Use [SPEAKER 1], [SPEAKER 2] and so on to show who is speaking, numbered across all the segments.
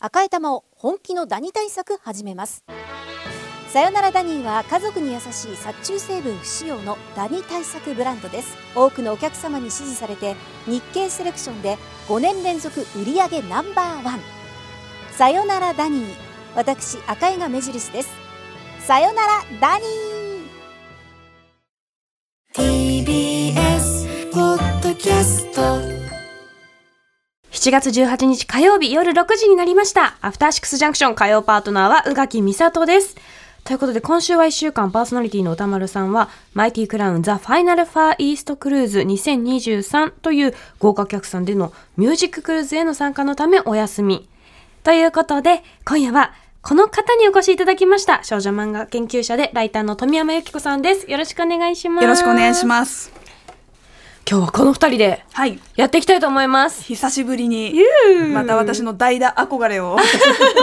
[SPEAKER 1] 赤い玉を本気のダニ対策始めますさよならダニーは家族に優しい殺虫成分不使用のダニ対策ブランドです多くのお客様に支持されて日経セレクションで5年連続売り上げナンバーワンさよならダニー私赤井が目印ですさよならダニー
[SPEAKER 2] TBS ポッドキャスト
[SPEAKER 3] 7月18日火曜日夜6時になりました。アフターシックスジャンクション火曜パートナーは宇垣美里です。ということで今週は1週間パーソナリティの歌丸さんはマイティクラウンザ・ファイナル・ファー・イースト・クルーズ2023という豪華客船でのミュージッククルーズへの参加のためお休み。ということで今夜はこの方にお越しいただきました少女漫画研究者でライターの富山由紀子さんです。よろしくお願いします。
[SPEAKER 4] よろしくお願いし
[SPEAKER 3] す。
[SPEAKER 4] ます。
[SPEAKER 3] 今日はこの二人で
[SPEAKER 4] はい。
[SPEAKER 3] やっていきたいと思います。
[SPEAKER 4] 久しぶりに、また私の代打憧れ を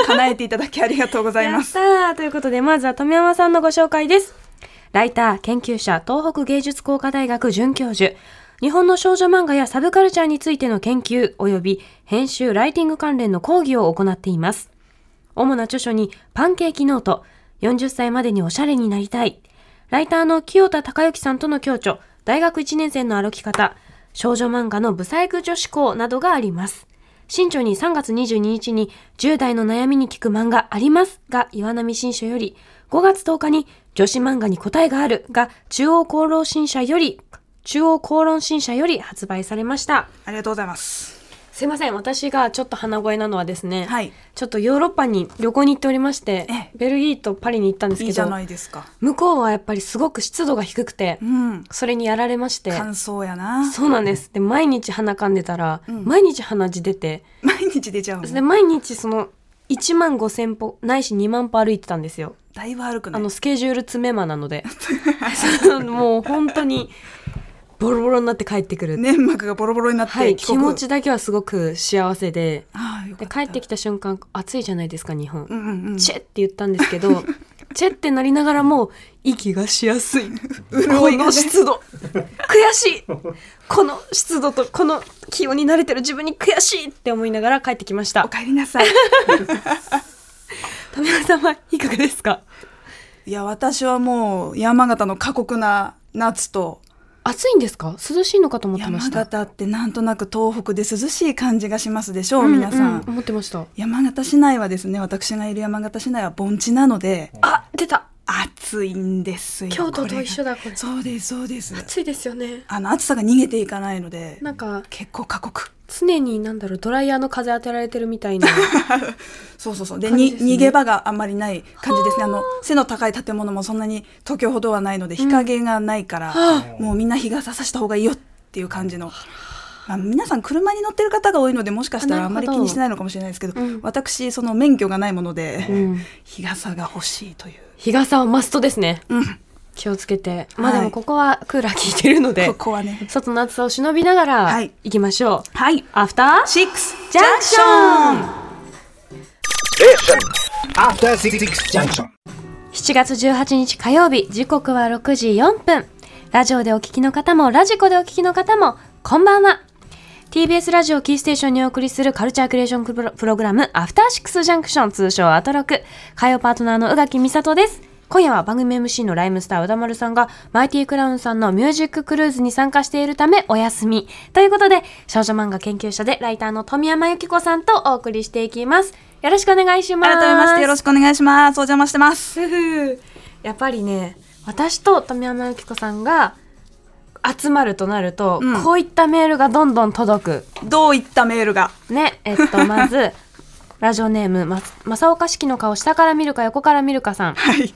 [SPEAKER 4] 叶えていただきありがとうござい
[SPEAKER 3] や
[SPEAKER 4] ま
[SPEAKER 3] っ
[SPEAKER 4] す。
[SPEAKER 3] たーということで、まずは富山さんのご紹介です。ライター、研究者、東北芸術工科大学准教授。日本の少女漫画やサブカルチャーについての研究及び編集、ライティング関連の講義を行っています。主な著書にパンケーキノート、40歳までにおしゃれになりたい、ライターの清田隆之さんとの共著、大学1年生の歩き方、少女漫画のブサイク女子校などがあります。新著に3月22日に10代の悩みに聞く漫画ありますが岩波新書より5月10日に女子漫画に答えがあるが中央厚労新社より中央公論新社より発売されました。
[SPEAKER 4] ありがとうございます。
[SPEAKER 3] すいません私がちょっと鼻声なのはですね、
[SPEAKER 4] はい
[SPEAKER 3] ちょっとヨーロッパに旅行に行っておりまして
[SPEAKER 4] ええ
[SPEAKER 3] ベルギーとパリに行ったんですけど
[SPEAKER 4] いいじゃないですか。
[SPEAKER 3] 向こうはやっぱりすごく湿度が低くて、
[SPEAKER 4] うん。
[SPEAKER 3] それにやられまして
[SPEAKER 4] 感想やな。
[SPEAKER 3] そうなんですで毎日鼻かんでたら、毎日鼻血出て
[SPEAKER 4] 毎日出ちゃう
[SPEAKER 3] で
[SPEAKER 4] の。
[SPEAKER 3] 毎日その1万5千歩ないし2万歩歩いてたんですよ、
[SPEAKER 4] だいぶ悪くな
[SPEAKER 3] あ
[SPEAKER 4] い
[SPEAKER 3] の。スケジュール詰め間なので そうもう本当にボロボロになって帰ってくる、
[SPEAKER 4] 粘膜がボロボロになっ
[SPEAKER 3] は
[SPEAKER 4] て
[SPEAKER 3] い
[SPEAKER 4] 帰
[SPEAKER 3] 気
[SPEAKER 4] 国。
[SPEAKER 3] 持ちだけはすごく幸せで
[SPEAKER 4] ああ、よか
[SPEAKER 3] で
[SPEAKER 4] った。
[SPEAKER 3] 帰ってきた瞬間暑いじゃないですか日本、
[SPEAKER 4] うんうんうん。
[SPEAKER 3] チェって言ったんですけ どチェってなりながらも息がしやすいこ
[SPEAKER 4] 潤いが
[SPEAKER 3] の
[SPEAKER 4] ね
[SPEAKER 3] 湿度悔しいこの湿度とこの気温に慣れてる自分に悔しいって思いながら帰ってきました
[SPEAKER 4] お帰りなさい。
[SPEAKER 3] 富山さんはいかがですか
[SPEAKER 4] いや、私はもう山形の過酷な夏と、
[SPEAKER 3] 暑いんですか涼しいのかと思ってま
[SPEAKER 4] 山
[SPEAKER 3] した
[SPEAKER 4] 形ってなんとなく東北で涼しい感じがしますでしょ
[SPEAKER 3] う
[SPEAKER 4] う、
[SPEAKER 3] ん
[SPEAKER 4] 皆さ。
[SPEAKER 3] うん思ってました
[SPEAKER 4] 山形市内はですね、私がいる山形市内は盆地なので、
[SPEAKER 3] あ出た
[SPEAKER 4] 暑いんですよ
[SPEAKER 3] 京都と一緒
[SPEAKER 4] だ
[SPEAKER 3] だこれ
[SPEAKER 4] そうですそうです
[SPEAKER 3] 暑いですよね
[SPEAKER 4] あの暑さが逃げていかないので
[SPEAKER 3] なんか
[SPEAKER 4] 結構過酷
[SPEAKER 3] 常になんだろうドライヤーの風当てられてるみたいな
[SPEAKER 4] そうそうそうで
[SPEAKER 3] 感じ
[SPEAKER 4] に
[SPEAKER 3] ですね
[SPEAKER 4] 逃げ場があんまりない感じですねあの背の高い建物もそんなに東京ほどはないので日陰がないから、もうみんな日傘さした方がいいよっていう感じの、まあ、皆さん車に乗ってる方が多いのでもしかしたら
[SPEAKER 3] あ
[SPEAKER 4] あん
[SPEAKER 3] な
[SPEAKER 4] ま
[SPEAKER 3] る
[SPEAKER 4] り
[SPEAKER 3] ほど
[SPEAKER 4] 気にしてないのかもしれないですけど、
[SPEAKER 3] うん
[SPEAKER 4] 私その免許がないもので、
[SPEAKER 3] うん
[SPEAKER 4] 日傘が欲しいという
[SPEAKER 3] 日傘はマストですね、気をつけてまあで
[SPEAKER 4] は
[SPEAKER 3] も
[SPEAKER 4] い
[SPEAKER 3] ここはクーラー効いてるので、
[SPEAKER 4] ここはね
[SPEAKER 3] 外の暑さを忍びながら
[SPEAKER 4] はい
[SPEAKER 3] 行きましょう、
[SPEAKER 4] はい
[SPEAKER 3] アフターシ
[SPEAKER 4] シックス
[SPEAKER 3] ジャンクション
[SPEAKER 5] After Six Junction.
[SPEAKER 3] 7月18日火曜日時刻は6時4分ラジオでお聞きの方もラジコでお聞きの方もこんばんは TBS ラジオキーステーションにお送りするカルチャークリエーションプロプログラムアフターシックスジャンクション通称アトロク火曜パートナーの宇垣美里です今夜は番組 MC のライムスター宇田丸さんがマイティクラウンさんのミュージッククルーズに参加しているためお休みということで少女漫画研究者でライターの富山由紀子さんとお送りしていきますよろしくお願いします
[SPEAKER 4] 改めましてよろしくお願いしますお邪魔してます
[SPEAKER 3] ふふやっぱりね私と富山由紀子さんが集まるとなると、
[SPEAKER 4] うん
[SPEAKER 3] こういったメールがどんどん届
[SPEAKER 4] どういったメールが
[SPEAKER 3] くねえっと まずラジオネームま正岡式の顔下から見るか横から見るかさん
[SPEAKER 4] はい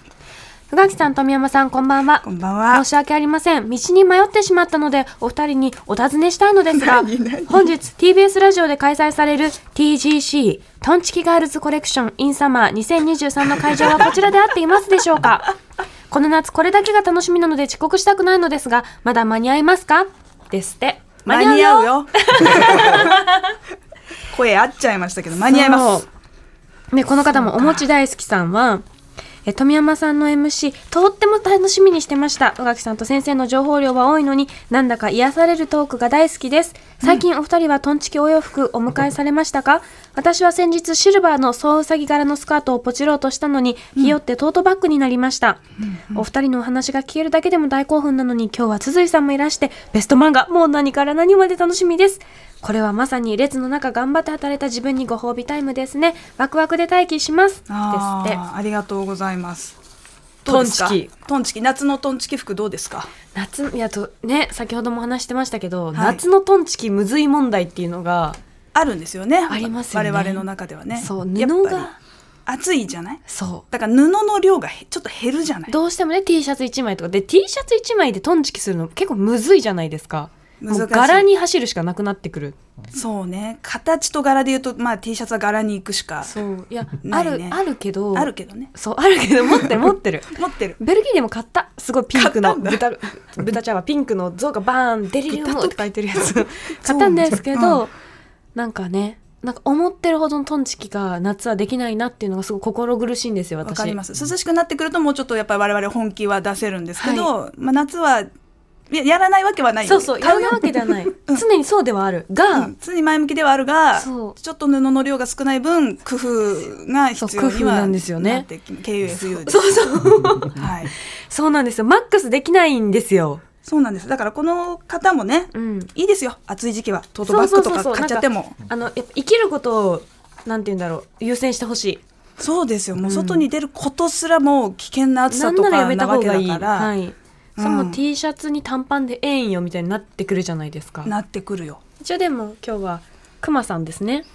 [SPEAKER 3] 宇垣さん富山さんこんばんは
[SPEAKER 4] こんばんは
[SPEAKER 3] 申し訳ありません道に迷ってしまったのでお二人にお尋ねしたいのですが
[SPEAKER 4] 何何
[SPEAKER 3] 本日 TBS ラジオで開催される TGC トンチキガールズコレクション in サマー2023の会場はこちらで合っていますでしょ うかこの夏これだけが楽しみなので遅刻したくないのですがまだ間に合いますかですって
[SPEAKER 4] 間に合う よ声合っちゃいましたけど間に合います
[SPEAKER 3] そう。ね、この方もお餅大好きさんは、えー富山さんの MC とっても楽しみにしてました宇垣さんと先生の情報量は多いのになんだか癒されるトークが大好きです最近お二人はトンチキお洋服お迎えされましたか私は先日シルバーの総うさぎ柄のスカートをポチろうとしたのにひよってトートバッグになりました、お二人のお話が聞けるだけでも大興奮なのに今日は鈴井さんもいらしてベスト漫画もう何から何まで楽しみですこれはまさに列の中頑張って働いた自分にご褒美タイムですねワクワクで待機しますです
[SPEAKER 4] あ
[SPEAKER 3] って
[SPEAKER 4] ーありがとうございます。
[SPEAKER 3] トンチ
[SPEAKER 4] ど
[SPEAKER 3] キ
[SPEAKER 4] うですか。トンチキ、夏のトンチキ服どうですか。
[SPEAKER 3] 夏いやとね先ほども話してましたけ
[SPEAKER 4] い
[SPEAKER 3] ど、夏のトンチキむずい問題っていうのが
[SPEAKER 4] あるんですよね。
[SPEAKER 3] ありますよね
[SPEAKER 4] 我々の中ではね。
[SPEAKER 3] そう
[SPEAKER 4] やっぱり
[SPEAKER 3] 布が
[SPEAKER 4] 暑いじゃない。
[SPEAKER 3] そ
[SPEAKER 4] だから布の量がへちょっと減るじゃな
[SPEAKER 3] う
[SPEAKER 4] い。
[SPEAKER 3] どうしてもね T シャツ1枚とかで T シャツ1枚でトンチキするの結構むずいじゃないですか
[SPEAKER 4] 難しい
[SPEAKER 3] もう柄に走るしかなくなってくる
[SPEAKER 4] そうね。形と柄で言うと、まあ T シャツは柄に行くしか
[SPEAKER 3] そういや、
[SPEAKER 4] な
[SPEAKER 3] あ
[SPEAKER 4] い
[SPEAKER 3] る
[SPEAKER 4] ね
[SPEAKER 3] あるけど
[SPEAKER 4] あるけどね。
[SPEAKER 3] そうあるけど持ってる持ってる
[SPEAKER 4] 持ってる。
[SPEAKER 3] ベルギーでも買ったすごいピンクの
[SPEAKER 4] 買
[SPEAKER 3] 豚豚ちゃんはピンクの像がバーンデリリウムって書いてるやつ 買ったんですけど、なんかねなんか思ってるほどのトンチキが夏はできないなっていうのがすごい心苦しいんですよ私
[SPEAKER 4] わかります涼しくなってくるともうちょっとやっぱり我々本気は出せるんですけど、まあ、夏はいややらないわけはないよ
[SPEAKER 3] そうそうや
[SPEAKER 4] 買
[SPEAKER 3] る
[SPEAKER 4] よ
[SPEAKER 3] わけではない、常にそうではある
[SPEAKER 4] う
[SPEAKER 3] が、
[SPEAKER 4] ん常に前向きではあるがち
[SPEAKER 3] そ
[SPEAKER 4] ょ
[SPEAKER 3] う
[SPEAKER 4] っと布の量が少ない分工夫が必
[SPEAKER 3] そう
[SPEAKER 4] 要
[SPEAKER 3] 工
[SPEAKER 4] に
[SPEAKER 3] 夫な
[SPEAKER 4] は
[SPEAKER 3] んですよね
[SPEAKER 4] なってき KUFU です
[SPEAKER 3] そうそう
[SPEAKER 4] はい、
[SPEAKER 3] そうなんですよマックスできないんですよ
[SPEAKER 4] そうなんですだからこの方もね、
[SPEAKER 3] うん
[SPEAKER 4] いいですよ暑い時期はトートバッグと
[SPEAKER 3] そうそうそうそ
[SPEAKER 4] か
[SPEAKER 3] う
[SPEAKER 4] 買っちゃっても
[SPEAKER 3] あのやっぱ生きることをなんて言うんだろう優先してほしい
[SPEAKER 4] そうですよもう外に出ることすらもう危険な暑
[SPEAKER 3] な
[SPEAKER 4] さ
[SPEAKER 3] ん
[SPEAKER 4] と
[SPEAKER 3] な
[SPEAKER 4] から
[SPEAKER 3] やめた
[SPEAKER 4] なわ
[SPEAKER 3] 方
[SPEAKER 4] け
[SPEAKER 3] が
[SPEAKER 4] だ
[SPEAKER 3] いい。
[SPEAKER 4] から
[SPEAKER 3] はい。
[SPEAKER 4] うん
[SPEAKER 3] その T シャツに短パンでええんよみたいになってくるじゃないですか。
[SPEAKER 4] なってくるよ
[SPEAKER 3] 一応でも今日はクマさんですね。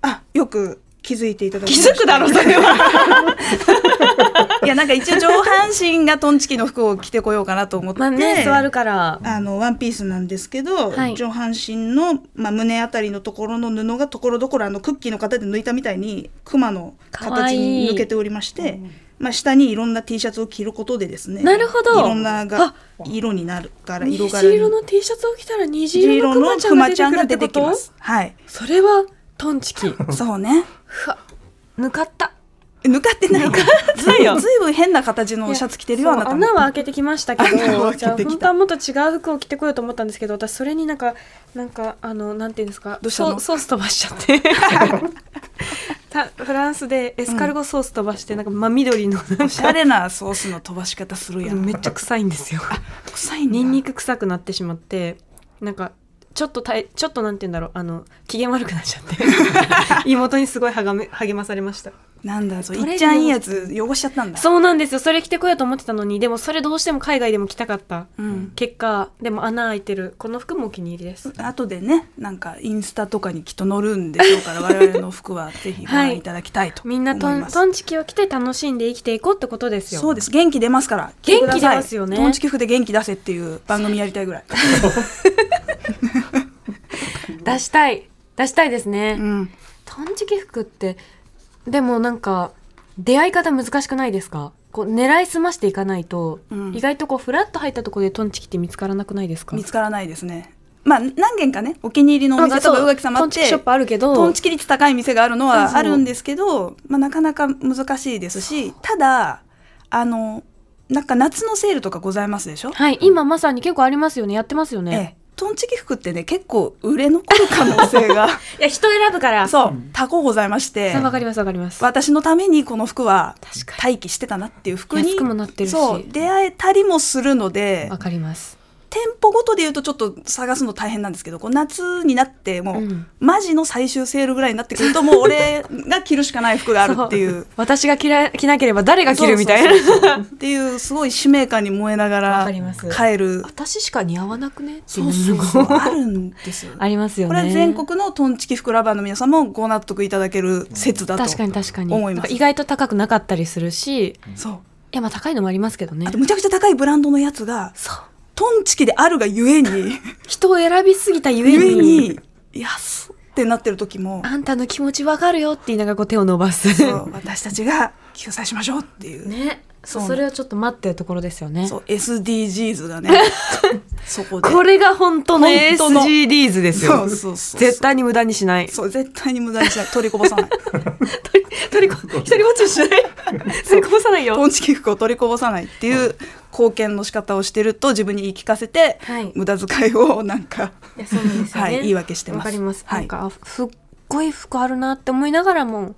[SPEAKER 4] あよく気づいていただき
[SPEAKER 3] 気
[SPEAKER 4] ま
[SPEAKER 3] づ
[SPEAKER 4] した
[SPEAKER 3] くだろそれは。
[SPEAKER 4] いやなんか一応上半身がトンチキの服を着てこようかなと思って、
[SPEAKER 3] まあね座るから。
[SPEAKER 2] あのワンピースなんですけど、
[SPEAKER 3] はい
[SPEAKER 2] 上半身の、まあ、胸あたりのところの布がところどころあのクッキーの型で抜いたみたいにクマの形に抜けておりましてまあ、下にいろんな T シャツを着ることでですね
[SPEAKER 3] なるほど
[SPEAKER 2] いろんな
[SPEAKER 3] あ
[SPEAKER 2] が色になるから色
[SPEAKER 3] 虹
[SPEAKER 2] 柄に
[SPEAKER 3] 色の T シャツを着たら虹
[SPEAKER 2] 虹
[SPEAKER 3] 色
[SPEAKER 2] 色
[SPEAKER 3] の
[SPEAKER 2] の
[SPEAKER 3] ク
[SPEAKER 2] ク
[SPEAKER 3] マ
[SPEAKER 2] マ
[SPEAKER 3] ち
[SPEAKER 2] ち
[SPEAKER 3] ゃ
[SPEAKER 2] ゃ
[SPEAKER 3] ん
[SPEAKER 2] ん
[SPEAKER 3] が
[SPEAKER 2] が
[SPEAKER 3] 出
[SPEAKER 2] 出
[SPEAKER 3] て
[SPEAKER 2] て
[SPEAKER 3] く
[SPEAKER 2] き
[SPEAKER 3] るって
[SPEAKER 2] ま
[SPEAKER 3] こ
[SPEAKER 2] すはい
[SPEAKER 3] と？それはトンチキ。
[SPEAKER 4] そうね
[SPEAKER 3] ふわ抜かった。
[SPEAKER 4] 抜かって ないか
[SPEAKER 3] ずいよ
[SPEAKER 4] ずいぶん変な形のシャツ着てるような
[SPEAKER 3] そう穴は開けてきましたけ
[SPEAKER 4] 穴
[SPEAKER 3] ど
[SPEAKER 4] は開けてき
[SPEAKER 3] じ
[SPEAKER 4] た
[SPEAKER 3] ゃあ本当はもっと違う服を着てこようと思ったんですけど私それになんかなんかあのなんていうんですか
[SPEAKER 4] どうしたの
[SPEAKER 3] ソソース飛ばしちゃって たフランスでエスカルゴソース飛ばして、なんか真緑のなん
[SPEAKER 4] おしゃれなソースの飛ばし方するや
[SPEAKER 3] か
[SPEAKER 4] ん
[SPEAKER 3] めっちゃ臭いんですよ
[SPEAKER 4] 臭いんだ
[SPEAKER 3] ニンニク臭くなってしまってなんかちょっとたいちょっとなんて言うんだろうあの機嫌悪くなっちゃって 妹にすごい励め励まされました
[SPEAKER 4] なんだそう
[SPEAKER 3] 取れる
[SPEAKER 4] いっちゃんいいやつ汚しちゃったんだ
[SPEAKER 3] そうなんですよそれ着てこようと思ってたのにでもそれどうしても海外でも着たかった、
[SPEAKER 4] うん
[SPEAKER 3] 結果でも穴開いてるこの服もお気に入りです
[SPEAKER 4] 後でねなんかインスタとかにきっと載るんでしょうから我々の服はぜひご覧いただきたいと思
[SPEAKER 3] み
[SPEAKER 4] い
[SPEAKER 3] ん
[SPEAKER 4] ま
[SPEAKER 3] な
[SPEAKER 4] す、
[SPEAKER 3] トントンチキを着て楽しんで生きていこうってことですよ
[SPEAKER 4] そうです元気出ますから
[SPEAKER 3] 元気
[SPEAKER 4] 着てください
[SPEAKER 3] 出ますよね
[SPEAKER 4] トンチキ服で元気出せっていう番組やりたいぐらい、
[SPEAKER 3] 出したい出したいですね、
[SPEAKER 4] うん、
[SPEAKER 3] トンチキ服ってでもなんか出会い方難しくないですかこう狙いすましていかないと、
[SPEAKER 4] うん
[SPEAKER 3] 意外とこうフラッと入ったところでトンチキって見つからなくないですか
[SPEAKER 4] 見つからないですねまあ何軒かねお気に入りのお店とか
[SPEAKER 3] そう
[SPEAKER 4] 宇垣様
[SPEAKER 3] ト
[SPEAKER 4] っ
[SPEAKER 3] ンチキ
[SPEAKER 4] て
[SPEAKER 3] ショップあるけど
[SPEAKER 4] トンチキ率高い店があるの
[SPEAKER 3] そうそ
[SPEAKER 4] は
[SPEAKER 3] う
[SPEAKER 4] あるんですけど、まあ、なかなか難しいですしただあのなんか夏のセールとかございますでしょ、
[SPEAKER 3] はい今まさに結構ありますよねやってますよ
[SPEAKER 4] え
[SPEAKER 3] ね
[SPEAKER 4] え、トンチキ服ってね結構売れ残る可能性 が
[SPEAKER 3] いや人選ぶから
[SPEAKER 4] そう多幸ございまして
[SPEAKER 3] そうわかりますわかります
[SPEAKER 4] 私のためにこの服は
[SPEAKER 3] 確か
[SPEAKER 4] 待機してたなっていう服に
[SPEAKER 3] 安くもなってるし
[SPEAKER 4] そう出会えたりもするので
[SPEAKER 3] わかります
[SPEAKER 4] 店舗ごとで言うとちょっと探すの大変なんですけどこう夏になってもう、
[SPEAKER 3] うん
[SPEAKER 4] マジの最終セールぐらいになってくるともう俺が着るしかない服があるっていう。
[SPEAKER 3] 私が着ら着なければ誰が着るみたいな
[SPEAKER 4] そうそうそうっていうすごい使命感に燃えなが
[SPEAKER 3] わ
[SPEAKER 4] ら
[SPEAKER 3] かります
[SPEAKER 4] 帰る
[SPEAKER 3] 私しか似合わなくねってい
[SPEAKER 4] そうそうそう
[SPEAKER 3] のが
[SPEAKER 4] あるんですよ。
[SPEAKER 3] ありますよ
[SPEAKER 4] こ
[SPEAKER 3] ね
[SPEAKER 4] れは全国のトンチキ服ラバーの皆さんもご納得いただける説だと。
[SPEAKER 3] 確かに確かに
[SPEAKER 4] 思います
[SPEAKER 3] なんか意外と高くなかったりするしい
[SPEAKER 4] そう。
[SPEAKER 3] やまあ高いのもありますけどね
[SPEAKER 4] あとむちゃくちゃ高いブランドのやつが
[SPEAKER 3] そう
[SPEAKER 4] トンチキであるがゆえに
[SPEAKER 3] 人を選びすぎたゆえに
[SPEAKER 4] ゆえに安っってなってる時も
[SPEAKER 3] あんたの気持ちわかるよって言いながらこう手を伸ばす
[SPEAKER 4] そう私たちが救済しましょうっていう。
[SPEAKER 3] ねそう
[SPEAKER 4] そう
[SPEAKER 3] それをちょっと待ってるところですよね
[SPEAKER 4] そう SDGs が ねそこで
[SPEAKER 3] これが本当の
[SPEAKER 4] 本当の
[SPEAKER 3] SGDs ですよ
[SPEAKER 4] そうそうそう
[SPEAKER 3] 絶対に無駄にしない
[SPEAKER 4] そう絶対に無駄にしない取りこぼさない
[SPEAKER 3] 取り取りこ一人ぼっち にしない吸いこぼさないよ
[SPEAKER 4] トンチキ服を取りこぼさないっていう貢献の仕方をしてると自分に言い聞かせて、
[SPEAKER 3] はい
[SPEAKER 4] 無駄遣いをなんか
[SPEAKER 3] いやそうなんですよ
[SPEAKER 4] は
[SPEAKER 3] ね。
[SPEAKER 4] い言い訳してます
[SPEAKER 3] わかります。
[SPEAKER 4] はい
[SPEAKER 3] なんか、あすっごい服あるなって思いながらも、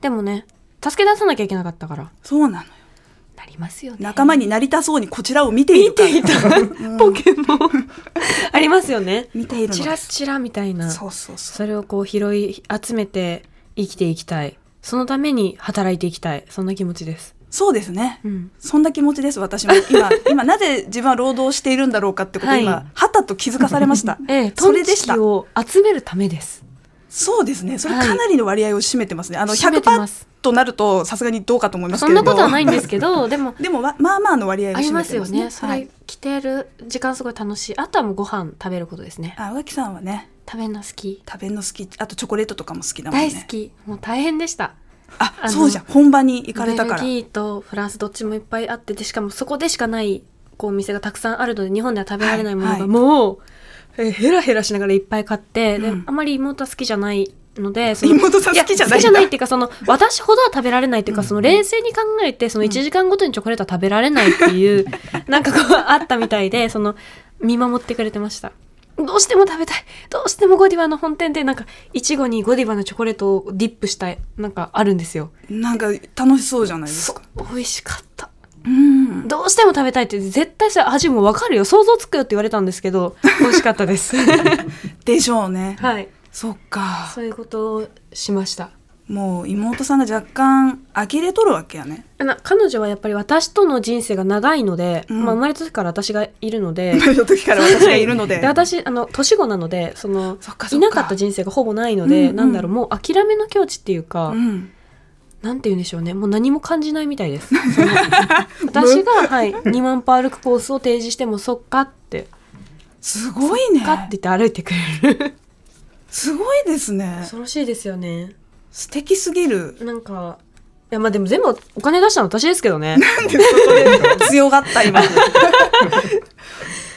[SPEAKER 3] でもね、助け出さなきゃいけなかったから。
[SPEAKER 4] そうなのよ
[SPEAKER 3] なりますよね。
[SPEAKER 4] 仲間になりたそうにこちらを見ている
[SPEAKER 3] 見ていたポケモン ありますよね。
[SPEAKER 4] 見ているの
[SPEAKER 3] チラチラみたいな。
[SPEAKER 4] そうそうそう
[SPEAKER 3] それをこう拾い集めて生きていきたい。そのために働いていきたい。そんな気持ちです。
[SPEAKER 4] そうですね、
[SPEAKER 3] うん
[SPEAKER 4] そんな気持ちです私も 今今なぜ自分は労働しているんだろうかってことを今、
[SPEAKER 3] はい
[SPEAKER 4] はたと気づかされました
[SPEAKER 3] ええ、
[SPEAKER 4] そ
[SPEAKER 3] トン
[SPEAKER 4] れで
[SPEAKER 3] チ
[SPEAKER 4] し
[SPEAKER 3] キ
[SPEAKER 4] た
[SPEAKER 3] を集めるためです。
[SPEAKER 4] そうですねそれ
[SPEAKER 3] はい
[SPEAKER 4] かなりの割合を占めてますねあの
[SPEAKER 3] 占めてま
[SPEAKER 4] 100%
[SPEAKER 3] す
[SPEAKER 4] となるとさすがにどうかと思います
[SPEAKER 3] そ
[SPEAKER 4] け
[SPEAKER 3] ん
[SPEAKER 4] れど
[SPEAKER 3] なことはないんですけど、でも、
[SPEAKER 4] でもわまあまあの割合を
[SPEAKER 3] あり
[SPEAKER 4] 占
[SPEAKER 3] ま
[SPEAKER 4] め
[SPEAKER 3] す
[SPEAKER 4] て
[SPEAKER 3] よ
[SPEAKER 4] ます
[SPEAKER 3] ね。
[SPEAKER 4] ね
[SPEAKER 3] そ
[SPEAKER 4] は
[SPEAKER 3] れ
[SPEAKER 4] い、
[SPEAKER 3] 着てる時間すごい楽しい。あとはもうご飯食べることですね。
[SPEAKER 4] あ浮気さんはね
[SPEAKER 3] 食べるの好き。
[SPEAKER 4] 食べんの好きあとチョコレートとかも好きだもんね
[SPEAKER 3] 大好き。もう大変でした。
[SPEAKER 4] あ
[SPEAKER 3] あの
[SPEAKER 4] そうじゃん本場に行か
[SPEAKER 3] ベ
[SPEAKER 4] れ
[SPEAKER 3] ルギ
[SPEAKER 4] たから
[SPEAKER 3] ーとフランスどっちもいっぱいあってて、しかもそこでしかないこうお店がたくさんあるので、日本では食べられないもの
[SPEAKER 4] はいは
[SPEAKER 3] が
[SPEAKER 4] い
[SPEAKER 3] もう、えヘラヘラしながらいっぱい買って、で
[SPEAKER 4] うん
[SPEAKER 3] あまり妹は好きじゃない ので、その
[SPEAKER 4] 妹さん好きじゃない
[SPEAKER 3] 好き
[SPEAKER 4] ん
[SPEAKER 3] じ
[SPEAKER 4] だ
[SPEAKER 3] ゃないっていうかその私ほどは食べられないっていうかその冷静に考えてその1時間ごとにチョコレートは食べられないっていうなんかこうあったみたいでその見守ってくれてましたどうしても食べたいどうしてもゴディバの本店でなんかいちごにゴディバのチョコレートをディップしたいなんかあるんですよ
[SPEAKER 4] なんか楽しそうじゃないです
[SPEAKER 3] そう
[SPEAKER 4] か
[SPEAKER 3] 美味しかった
[SPEAKER 4] うん
[SPEAKER 3] どうしても食べたいって絶対さ味も分かるよ想像つくよって言われたんですけ ど美味しかったです
[SPEAKER 4] でしょうね
[SPEAKER 3] はい
[SPEAKER 4] そっか
[SPEAKER 3] そういうことをしました
[SPEAKER 4] もう妹さんが若干呆れとるわけやね
[SPEAKER 3] な彼女はやっぱり私との人生が長いので、
[SPEAKER 4] うん
[SPEAKER 3] まあ、生まれた時から私がいる ので
[SPEAKER 4] 生まれた時から私がいるので
[SPEAKER 3] で私あの年子なのでその
[SPEAKER 4] そっかそ
[SPEAKER 3] い
[SPEAKER 4] っか
[SPEAKER 3] なかった人生がほぼないので、
[SPEAKER 4] うんうん
[SPEAKER 3] なんだろうもう諦めの境地っていうか、
[SPEAKER 4] うん
[SPEAKER 3] なんて言うんでしょうねもう何も感じないみたいです その私が、はい、2万歩歩くコースを提示してもそっかって
[SPEAKER 4] すごいね
[SPEAKER 3] かって言って歩いてくれる
[SPEAKER 4] すごいですね
[SPEAKER 3] 恐ろしいですよね
[SPEAKER 4] 素敵すぎる
[SPEAKER 3] なんかいやまあでも全部お金出したの私ですけ どね
[SPEAKER 4] 強がった 今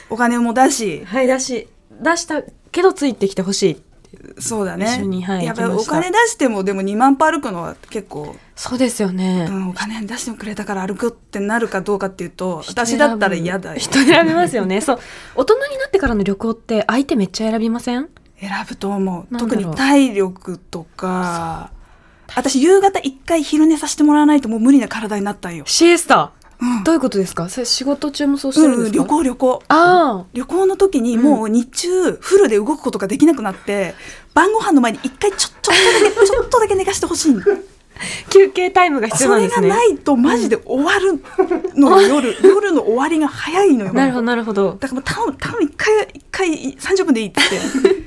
[SPEAKER 4] お金も出し
[SPEAKER 3] はい出し出したけどついてきてほしい
[SPEAKER 4] そうだね
[SPEAKER 3] 一緒にはい
[SPEAKER 4] やっぱり
[SPEAKER 3] 行きま
[SPEAKER 4] お
[SPEAKER 3] した
[SPEAKER 4] 金出してもでも2万歩歩くのは結構、
[SPEAKER 3] そうですよね、
[SPEAKER 4] うん、お金出してくれたから歩くってなるかどうかっていうと
[SPEAKER 3] 人
[SPEAKER 4] 私
[SPEAKER 3] 選ぶ
[SPEAKER 4] だったら嫌だよ
[SPEAKER 3] 人選びますよねそう大人になってからの旅行って相手めっちゃ選びません
[SPEAKER 4] 選ぶと思う
[SPEAKER 3] なんだ
[SPEAKER 4] 特
[SPEAKER 3] ろう
[SPEAKER 4] に体力とか私夕方一回昼寝させてもらわないともう無理な体になったんよ、
[SPEAKER 3] シエスタ
[SPEAKER 4] うん
[SPEAKER 3] どういうことですかそれ仕事中もそうして
[SPEAKER 4] う
[SPEAKER 3] る
[SPEAKER 4] ん
[SPEAKER 3] んで
[SPEAKER 4] うん、
[SPEAKER 3] すか、
[SPEAKER 4] 旅行旅行
[SPEAKER 3] あ
[SPEAKER 4] 旅行の時にもう日中フルで動くことができなくなって、晩ご飯の前に一回ちょちょっとだ けちょっとだけ寝かしてほしいの
[SPEAKER 3] あ休憩タイムが必要
[SPEAKER 4] そ
[SPEAKER 3] なん
[SPEAKER 4] れ
[SPEAKER 3] で
[SPEAKER 4] が
[SPEAKER 3] すね
[SPEAKER 4] ないとマジで終わるのが夜 夜の終わりが早いのよ
[SPEAKER 3] なるほどなるほど
[SPEAKER 4] だからもう頼む頼む一回一回30分でいいって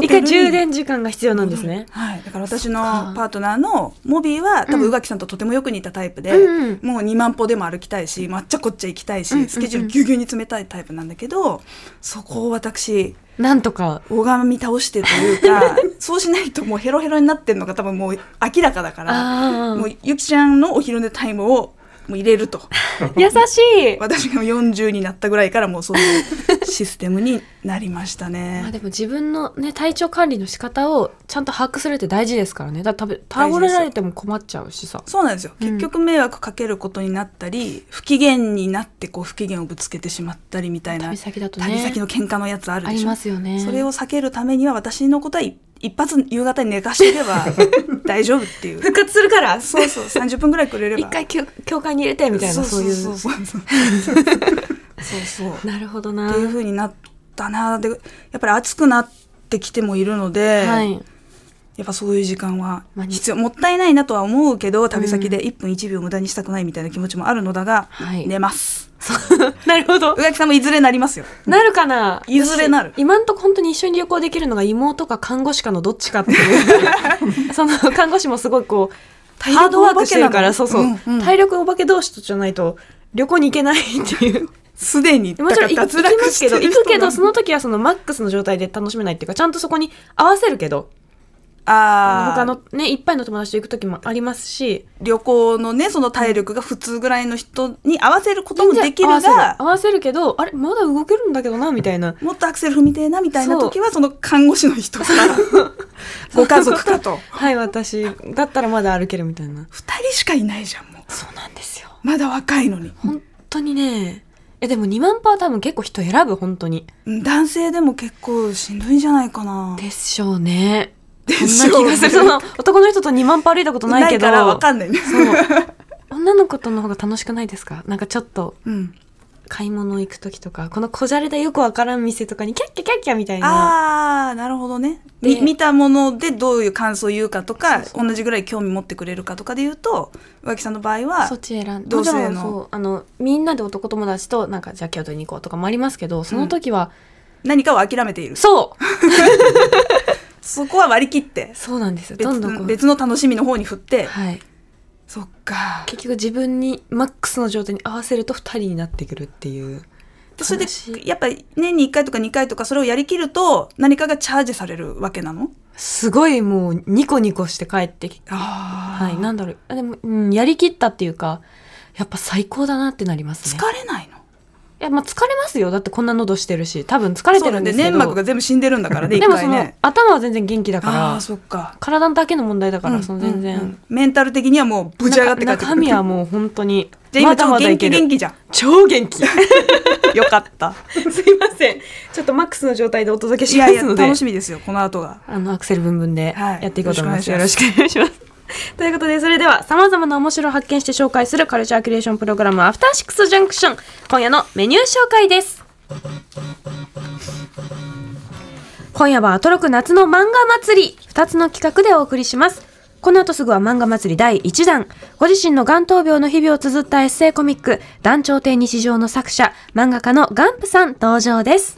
[SPEAKER 3] 一回充電時間が必要なんですね、
[SPEAKER 4] はい、だから私
[SPEAKER 3] そ
[SPEAKER 4] の
[SPEAKER 3] っか
[SPEAKER 4] パートナーのモビーは多分宇垣さんととてもよく似たタイプで、
[SPEAKER 3] うんうん
[SPEAKER 4] もう2万歩でも歩きたいし抹茶こっちゃ行きたいし、
[SPEAKER 3] うんうんうん
[SPEAKER 4] スケジュールぎゅうぎゅうに詰めたいタイプなんだけどそこを私
[SPEAKER 3] なんとか
[SPEAKER 4] 拝み倒してという かそうしないともうヘロヘロになってるのが多分もう明らかだから
[SPEAKER 3] あ
[SPEAKER 4] も
[SPEAKER 3] あ
[SPEAKER 4] うゆきちゃんのお昼寝タイムをもう入れると
[SPEAKER 3] 優しい
[SPEAKER 4] 私が40になったぐらいからもうそういうシステムになりました
[SPEAKER 3] まあ
[SPEAKER 4] ね。
[SPEAKER 3] でも自分のね体調管理の仕方をちゃんと把握するって大事ですからねだって倒れられても困っちゃうしさ
[SPEAKER 4] そうなんですよ、
[SPEAKER 3] うん
[SPEAKER 4] 結局迷惑かけることになったり不機嫌になってこう不機嫌をぶつけてしまったりみたいな
[SPEAKER 3] 旅先だとね
[SPEAKER 4] 旅先の喧嘩のやつある
[SPEAKER 3] あ
[SPEAKER 4] で
[SPEAKER 3] り
[SPEAKER 4] しょ
[SPEAKER 3] ますよね
[SPEAKER 4] それを避けるためには私のことは一一発夕方に寝かしてれ ば大丈夫っていう
[SPEAKER 3] 活する から
[SPEAKER 4] そうそう30分ぐらいくれれば
[SPEAKER 3] 一回きょ教会に入れてみたいなそういう
[SPEAKER 4] そうそうそうそうそうっ
[SPEAKER 3] なるほどな
[SPEAKER 4] ていう風になったなでやっぱり暑くなってきてもいるので、
[SPEAKER 3] はい
[SPEAKER 4] やっぱそういう時間は
[SPEAKER 3] まあに
[SPEAKER 4] 必要もったいないなとは思うけど旅先で1分1秒無駄にしたくないみたいな気持ちもあるのだが、
[SPEAKER 3] はい
[SPEAKER 4] 寝ます
[SPEAKER 3] なるほど
[SPEAKER 4] 宇垣さんもいずれなりますよ
[SPEAKER 3] なるかない
[SPEAKER 4] ずれなる
[SPEAKER 3] 私今んとこ本当に一緒に旅行できるのが妹か看護師かのどっちかって いうその看護師もすごいこう
[SPEAKER 4] 体
[SPEAKER 3] ハー
[SPEAKER 4] 力
[SPEAKER 3] ドワ
[SPEAKER 4] お
[SPEAKER 3] ーク
[SPEAKER 4] 化
[SPEAKER 3] し
[SPEAKER 4] け
[SPEAKER 3] て
[SPEAKER 4] な
[SPEAKER 3] る
[SPEAKER 4] の
[SPEAKER 3] からそうそう、
[SPEAKER 4] うんうん
[SPEAKER 3] 体力お化け同士とじゃないと旅行に行けないっていう
[SPEAKER 4] すでに
[SPEAKER 3] もちろんい行
[SPEAKER 4] だ
[SPEAKER 3] き
[SPEAKER 4] から
[SPEAKER 3] ま
[SPEAKER 4] 脱落
[SPEAKER 3] す
[SPEAKER 4] して
[SPEAKER 3] け
[SPEAKER 4] る
[SPEAKER 3] ど行
[SPEAKER 4] 人
[SPEAKER 3] くけど
[SPEAKER 4] が
[SPEAKER 3] その時はそのマックスの状態で楽しめないっていうかちゃんとそこに合わせるけど
[SPEAKER 4] あー
[SPEAKER 3] 他のねいっぱいの友達と行く時もありますし
[SPEAKER 4] 旅行のねその体力が普通ぐらいの人に合わせることもできる
[SPEAKER 3] 全然合わせ
[SPEAKER 4] が
[SPEAKER 3] 合わせるけどあれまだ動けるんだけどなみたいな
[SPEAKER 4] もっとアクセル踏みてえなみたいな時はその看護師の 人かご家族かと
[SPEAKER 3] はい私だったらまだ歩けるみたいな
[SPEAKER 4] 2
[SPEAKER 2] 人しかいないじゃんもう
[SPEAKER 3] そうなんですよ
[SPEAKER 2] まだ若いのに、
[SPEAKER 3] 本当にねえでも2万パー多分結構人選ぶ本当に
[SPEAKER 4] うん男性でも結構しんどいんじゃないかな
[SPEAKER 3] でしょうねで
[SPEAKER 2] しょ
[SPEAKER 3] そん
[SPEAKER 2] う
[SPEAKER 3] な
[SPEAKER 2] ね
[SPEAKER 3] 気がするその男の人と2万歩歩いたことないけど
[SPEAKER 2] からわかんないね
[SPEAKER 3] そう女の子との方が楽しくないですかなんかちょっと
[SPEAKER 2] うん
[SPEAKER 3] 買い物行く時とかこのこじゃれたよくわからん店とかにキャッキャキャッキャみたいな
[SPEAKER 4] あーなるほどね
[SPEAKER 3] で
[SPEAKER 4] み見たものでどういう感想を言うかとか同じぐらい興味持ってくれるかとかで言うと浮気さんの場合は
[SPEAKER 3] そっち選んで
[SPEAKER 4] 同
[SPEAKER 3] もち
[SPEAKER 4] 性の
[SPEAKER 3] ろんそうあのみんなで男友達となんかじゃあ京都に行こうとかもありますけどその時は、
[SPEAKER 4] 何かを諦めている
[SPEAKER 3] そう
[SPEAKER 4] そこは割り切って
[SPEAKER 3] そうなんですよ
[SPEAKER 4] 別
[SPEAKER 3] どんどんこう
[SPEAKER 4] 別の楽しみの方に振って
[SPEAKER 3] はい、
[SPEAKER 4] そっか
[SPEAKER 3] 結局自分にマックスの状態に合わせると2人になってくるっていう
[SPEAKER 4] でそれ
[SPEAKER 3] 悲し
[SPEAKER 4] でやっぱり年に1回とか2回とかそれをやりきると何かがチャージされるわけなの
[SPEAKER 3] すごいもうニコニコして帰ってきて
[SPEAKER 4] あ
[SPEAKER 3] はい、なんだろうあでも、うん、やりきったっていうかやっぱ最高だなってなりますね
[SPEAKER 4] 疲れないの
[SPEAKER 3] いやまあ疲れますよだってこんな喉してるし多分疲れてるんですけど
[SPEAKER 4] そうだね粘膜が全部死んでるんだからね
[SPEAKER 3] で
[SPEAKER 4] 一
[SPEAKER 3] もそ
[SPEAKER 4] 回
[SPEAKER 3] の、
[SPEAKER 4] ね
[SPEAKER 3] 頭は全然元気だか
[SPEAKER 4] ああ
[SPEAKER 3] ら
[SPEAKER 4] ーそっか
[SPEAKER 3] 体だけの問題だから、その全然、
[SPEAKER 4] うんうんメンタル的にはもうぶち上がって帰ってく
[SPEAKER 3] 中
[SPEAKER 4] る
[SPEAKER 3] 身はもう本 当に
[SPEAKER 4] じゃあ今ちょっと
[SPEAKER 3] い
[SPEAKER 4] 元
[SPEAKER 3] け
[SPEAKER 4] 気
[SPEAKER 3] る
[SPEAKER 4] 元気じゃん
[SPEAKER 3] 超元 気
[SPEAKER 4] よかった。
[SPEAKER 3] すいませんちょっとマックスの状態でお届け
[SPEAKER 4] い
[SPEAKER 3] しま
[SPEAKER 4] や
[SPEAKER 3] す
[SPEAKER 4] いや、
[SPEAKER 3] ので
[SPEAKER 4] 楽しみですよ、この後が。
[SPEAKER 3] あのアクセルブンブンで
[SPEAKER 4] はい
[SPEAKER 3] やっていこうと思います。
[SPEAKER 4] よ
[SPEAKER 3] よ
[SPEAKER 4] ろ
[SPEAKER 3] ろ
[SPEAKER 4] し
[SPEAKER 3] しくお願いします。ということで、それでは様々な面白を発見して紹介するカルチャーキュレーションプログラムアフターシックスジャンクション。今夜のメニュー紹介です。今夜はアトロク夏の漫画祭り2つの企画でお送りしますこの後すぐは漫画祭り第1弾ご自身の眼頭病の日々を綴ったエッセイコミック「団長亭日常」の作者漫画家のガンプさん登場です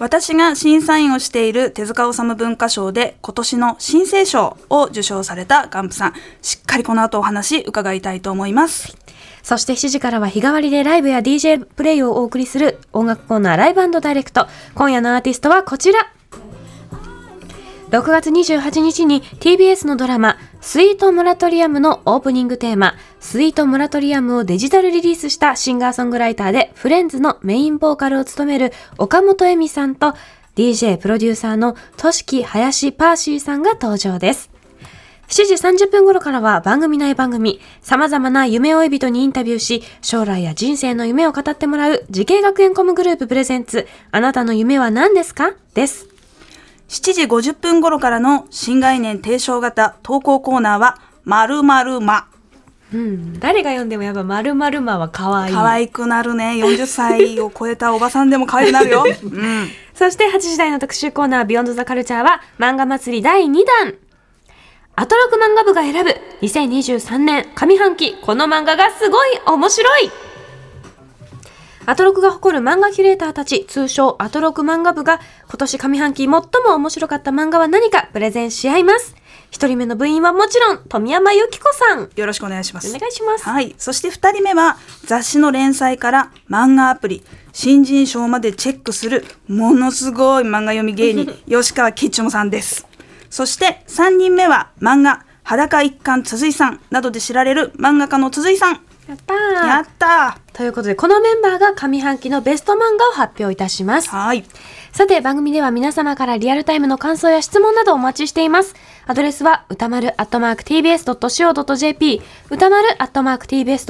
[SPEAKER 4] 私が審査員をしている手塚治虫文化賞で今年の新生賞を受賞されたガンプさん。しっかりこの後お話伺いたいと思います。
[SPEAKER 3] そして7時からは日替わりでライブや DJ プレイをお送りする音楽コーナーライブダイレクト。今夜のアーティストはこちら。6月28日に TBS のドラマ「スイートモラトリアム」のオープニングテーマ「スイートモラトリアム」をデジタルリリースしたシンガーソングライターでフレンズのメインボーカルを務める岡本恵美さんと DJ プロデューサーのとしき林パーシーさんが登場です7時30分頃からは番組内番組、様々な夢追い人にインタビューし、将来や人生の夢を語ってもらう、時系学園コムグループプレゼンツ、あなたの夢は何ですかです。
[SPEAKER 4] 7時50分頃からの新概念提唱型投稿コーナーは、〇〇ま。
[SPEAKER 3] うん。誰が読んでもやっぱ〇〇まは可愛い。
[SPEAKER 4] 可愛くなるね。40歳を超えたおばさんでも可愛くな るよ。うん。
[SPEAKER 3] そして8時台の特集コーナー、ビヨンドザカルチャーは、漫画祭り第2弾。アトロク漫画部が選ぶ、2023年上半期、この漫画がすごい面白いアトロクが誇る漫画キュレーターたち、通称アトロク漫画部が今年上半期最も面白かった漫画は何かプレゼンし合います。一人目の部員はもちろん富山由紀子さん。
[SPEAKER 4] よろしくお願いします。
[SPEAKER 3] お願いします
[SPEAKER 4] はい。そして二人目は、雑誌の連載から漫画アプリ、新人賞までチェックする、ものすごい漫画読み芸人、吉川きっちょもさんです。そして三人目は、漫画、裸一貫鈴井さんなどで知られる漫画家の鈴井さん。
[SPEAKER 3] やったー
[SPEAKER 4] やった
[SPEAKER 3] ということで、このメンバーが上半期のベスト漫画を発表いたします
[SPEAKER 4] ー。はい。
[SPEAKER 3] さて、番組では皆様からリアルタイムの感想や質問などお待ちしています。アドレスは、歌丸 tbs.co.jp、歌丸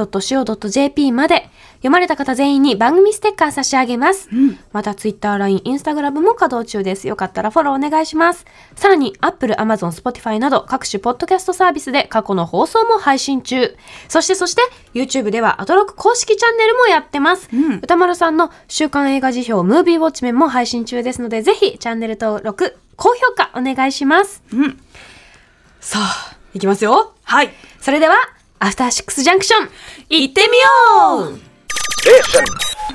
[SPEAKER 3] tbs.co.jp まで、読まれた方全員に番組ステッカー差し上げます。また、Twitter、LINE、Instagram も稼働中です。よかったらフォローお願いします。さらに、Apple、Amazon、Spotify など各種ポッドキャストサービスで過去の放送も配信中。そして、そして、YouTube ではアトロック公式チャンネルもやってます。歌丸さんの週刊映画辞表、ムービーウォッチメンも配信中ですので、ぜひチャンネル登録、高評価お願いします。
[SPEAKER 4] うん。
[SPEAKER 3] さあ、いきますよ。
[SPEAKER 4] はい。
[SPEAKER 3] それでは、アフターシックスジャンクション、行ってみよう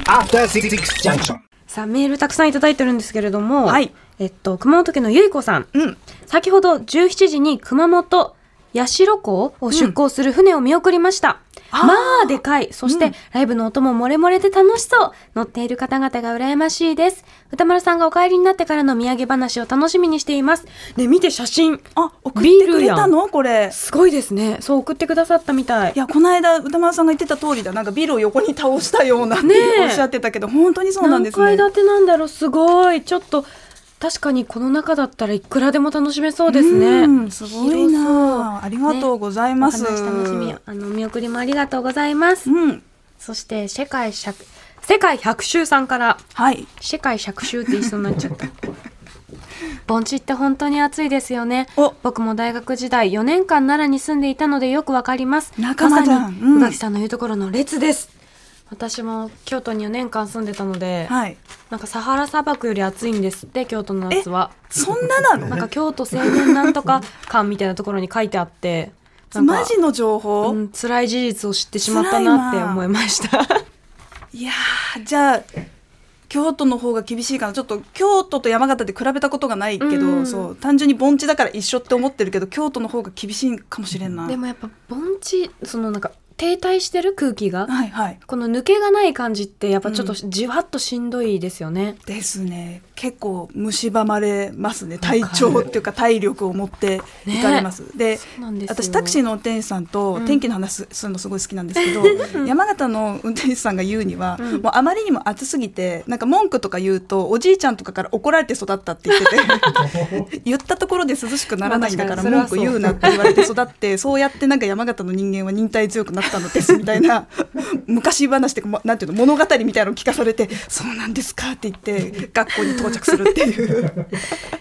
[SPEAKER 5] After Six Junction.
[SPEAKER 3] さあ、メールたくさんいただいてるんですけれども、
[SPEAKER 4] はい
[SPEAKER 3] えっと、熊本県のゆいこさん。
[SPEAKER 4] うん。
[SPEAKER 3] 先ほど17時に熊本八代港を出港する船を見送りました、まあでかいそして、ライブの音も漏れ漏れで楽しそう乗っている方々が羨ましいです歌丸さんがお帰りになってからの土産話を楽しみにしていますね見て写真
[SPEAKER 4] あ、送ってくれたのこれ。
[SPEAKER 3] すごいですねそう送ってくださったみたい
[SPEAKER 4] いやこの間歌丸さんが言ってた通りだなんかビルを横に倒したようなって
[SPEAKER 3] ねえ
[SPEAKER 4] おっしゃってたけど本当にそうなん
[SPEAKER 3] 何
[SPEAKER 4] ですね
[SPEAKER 3] 階建てなんだろうすごいちょっと確かにこの中だったらいくらでも楽しめそうですね。
[SPEAKER 4] うんすごいなありがとうござい
[SPEAKER 3] お
[SPEAKER 4] ま
[SPEAKER 3] 話
[SPEAKER 4] す、
[SPEAKER 3] 楽しみ。あの、見送りもありがとうございます。
[SPEAKER 4] うん
[SPEAKER 3] そして、世界百、世界百秋さんから、
[SPEAKER 4] はい
[SPEAKER 3] 世界百秋って言いそうになっちゃった。盆地って本当に暑いですよね
[SPEAKER 4] お。
[SPEAKER 3] 僕も大学時代4年間奈良に住んでいたのでよくわかります。
[SPEAKER 4] 仲間じゃん
[SPEAKER 3] まさに
[SPEAKER 4] うん
[SPEAKER 3] 宇垣さんの言うところの列です。私も京都に4年間住んでたので、
[SPEAKER 4] はい
[SPEAKER 3] なんかサハラ砂漠より暑いんですって京都の夏は。
[SPEAKER 4] そんなな
[SPEAKER 3] なん
[SPEAKER 4] の
[SPEAKER 3] か京都青年なんとか館みたいなところに書いてあって、なんか
[SPEAKER 4] マジの情報、
[SPEAKER 3] うん、辛い事実を知ってしまったなって思いました。
[SPEAKER 4] いやーじゃあ京都の方が厳しいかなちょっと京都と山形で比べたことがないけど、
[SPEAKER 3] うん
[SPEAKER 4] そう単純に盆地だから一緒って思ってるけど京都の方が厳しいかもしれんな
[SPEAKER 3] でもやっぱ盆地そのなんか停滞してる空気が、
[SPEAKER 4] はいはい
[SPEAKER 3] この抜けがない感じってやっぱちょっと
[SPEAKER 4] う
[SPEAKER 3] じわっとしんどいですよね。
[SPEAKER 4] ですね結構蝕まれますね体調っていうか体力を持っていかれます、で
[SPEAKER 3] そうなんですよ
[SPEAKER 4] 私タクシーの運転手さんと天気の話すするのすごい好きなんですけど、山形の運転手さんが言うには、もうあまりにも暑すぎてなんか文句とか言うとおじいちゃんとかから怒られて育ったって言って て言ったところで涼しくならないんだから
[SPEAKER 3] まあ
[SPEAKER 4] 文
[SPEAKER 3] 確か
[SPEAKER 4] 句
[SPEAKER 3] にそれはそ
[SPEAKER 4] 言
[SPEAKER 3] う
[SPEAKER 4] うなって言われて育 ってそうやってなんか山形の人間は忍耐強くなったのですみたいな 昔話っていうかまなんていうの物語みたいなのを聞かされてそうなんですかって言って学校に到着するっていう。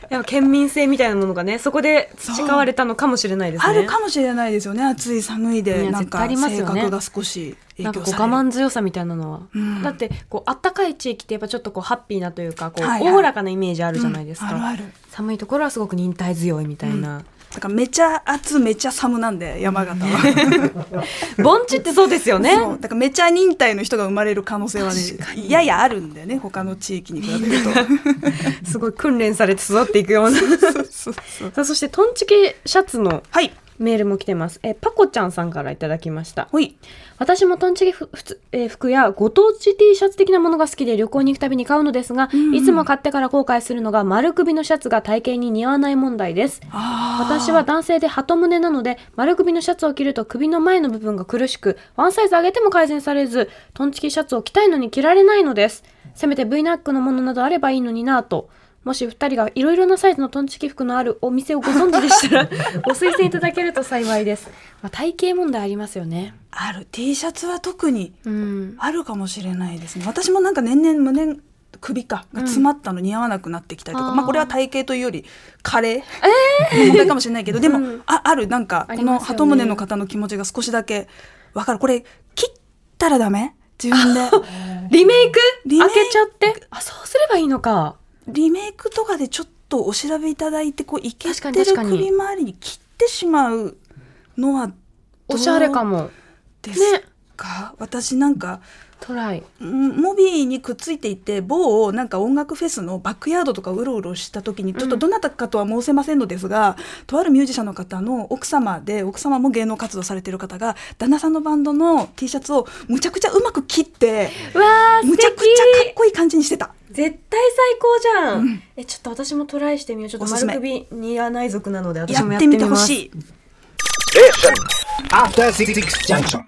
[SPEAKER 3] やっぱ県民性みたいなものがねそこで培われたのかもしれないですね。
[SPEAKER 4] あるかもしれないですよね暑い寒い
[SPEAKER 3] い
[SPEAKER 4] で
[SPEAKER 3] や
[SPEAKER 4] なん
[SPEAKER 3] 絶対あ
[SPEAKER 4] か
[SPEAKER 3] ります
[SPEAKER 4] 性
[SPEAKER 3] よね
[SPEAKER 4] 格が少し影
[SPEAKER 3] なん
[SPEAKER 4] 響
[SPEAKER 3] か
[SPEAKER 4] され
[SPEAKER 3] こ
[SPEAKER 4] る
[SPEAKER 3] う我慢強さみたいなのは、
[SPEAKER 4] ん
[SPEAKER 3] だってこうあったかい地域ってやっぱちょっとこうハッピーなというかこう
[SPEAKER 4] はいはい
[SPEAKER 3] おおらかなイメージあるじゃないですか、
[SPEAKER 4] うんあるある
[SPEAKER 3] 寒いところはすごく忍耐強いみたいな、
[SPEAKER 4] だからめちゃ暑めちゃ寒なんで山形は、
[SPEAKER 3] 盆地ってそうですよね
[SPEAKER 4] そうだからめちゃ忍耐の人が生まれる可能性はねややあるんだよね他の地域に比べる と
[SPEAKER 3] すごい訓練されて育っていくような
[SPEAKER 4] そうそう
[SPEAKER 3] さあそしてトンチキシャツの
[SPEAKER 4] はい
[SPEAKER 3] メールも来てますえパコちゃんさんからいただきました
[SPEAKER 4] ほい
[SPEAKER 3] 私もトンチキふふつ、えー服やご当地 T シャツ的なものが好きで旅行に行くたびに買うのですが、いつも買ってから後悔するのが丸首のシャツが体型に似合わない問題です私は男性で鳩胸なので丸首のシャツを着ると首の前の部分が苦しくワンサイズ上げても改善されずトンチキシャツを着たいのに着られないのですせめて V ナックのものなどあればいいのになぁともし2人がいろいろなサイズのトンチキ服のあるお店をご存知でした らご推薦いただけると幸いです、まあ、体型問題ありますよね
[SPEAKER 4] ある T シャツは特に
[SPEAKER 3] うん
[SPEAKER 4] あるかもしれないですね私もなんか年々胸首かが詰まったの似合わなくなってきたりとか、
[SPEAKER 3] あー
[SPEAKER 4] まあこれは体型というよりカレーの問題かもしれないけど、でも、ああるなんかこ
[SPEAKER 3] ありますよね
[SPEAKER 4] の鳩胸の方の気持ちが少しだけわかるこれ切ったらダメ自分 で
[SPEAKER 3] リメイク
[SPEAKER 4] リメイク
[SPEAKER 3] 開けちゃってあそうすればいいのか
[SPEAKER 4] リメイクとかでちょっとお調べいただいてこういけ
[SPEAKER 3] 確か
[SPEAKER 4] て
[SPEAKER 3] に
[SPEAKER 4] る
[SPEAKER 3] 確かに
[SPEAKER 4] 首周りに切ってしまうのは
[SPEAKER 3] おしゃれか
[SPEAKER 4] も
[SPEAKER 3] も
[SPEAKER 4] ですか、私なんか
[SPEAKER 3] トライ
[SPEAKER 4] うんモビーにくっついていて某なんか音楽フェスのバックヤードとかうろうろした時にちょっとどなたかとは申せませんのですが、とあるミュージシャンの方の奥様で奥様も芸能活動されてる方が旦那さんのバンドの T シャツをむちゃくちゃうまく切って
[SPEAKER 3] わー
[SPEAKER 4] むちゃくちゃかっこいい感じにしてた。
[SPEAKER 3] 絶対最高じゃん、えちょっと私もトライしてみようちょっと
[SPEAKER 4] おすす
[SPEAKER 3] 丸
[SPEAKER 4] め
[SPEAKER 3] 首似合わない族なので
[SPEAKER 4] や
[SPEAKER 3] 私もや
[SPEAKER 4] っ
[SPEAKER 3] っ
[SPEAKER 4] て
[SPEAKER 3] てみ
[SPEAKER 4] みてほ
[SPEAKER 3] ます
[SPEAKER 4] しい。
[SPEAKER 5] Station. After Six Junction.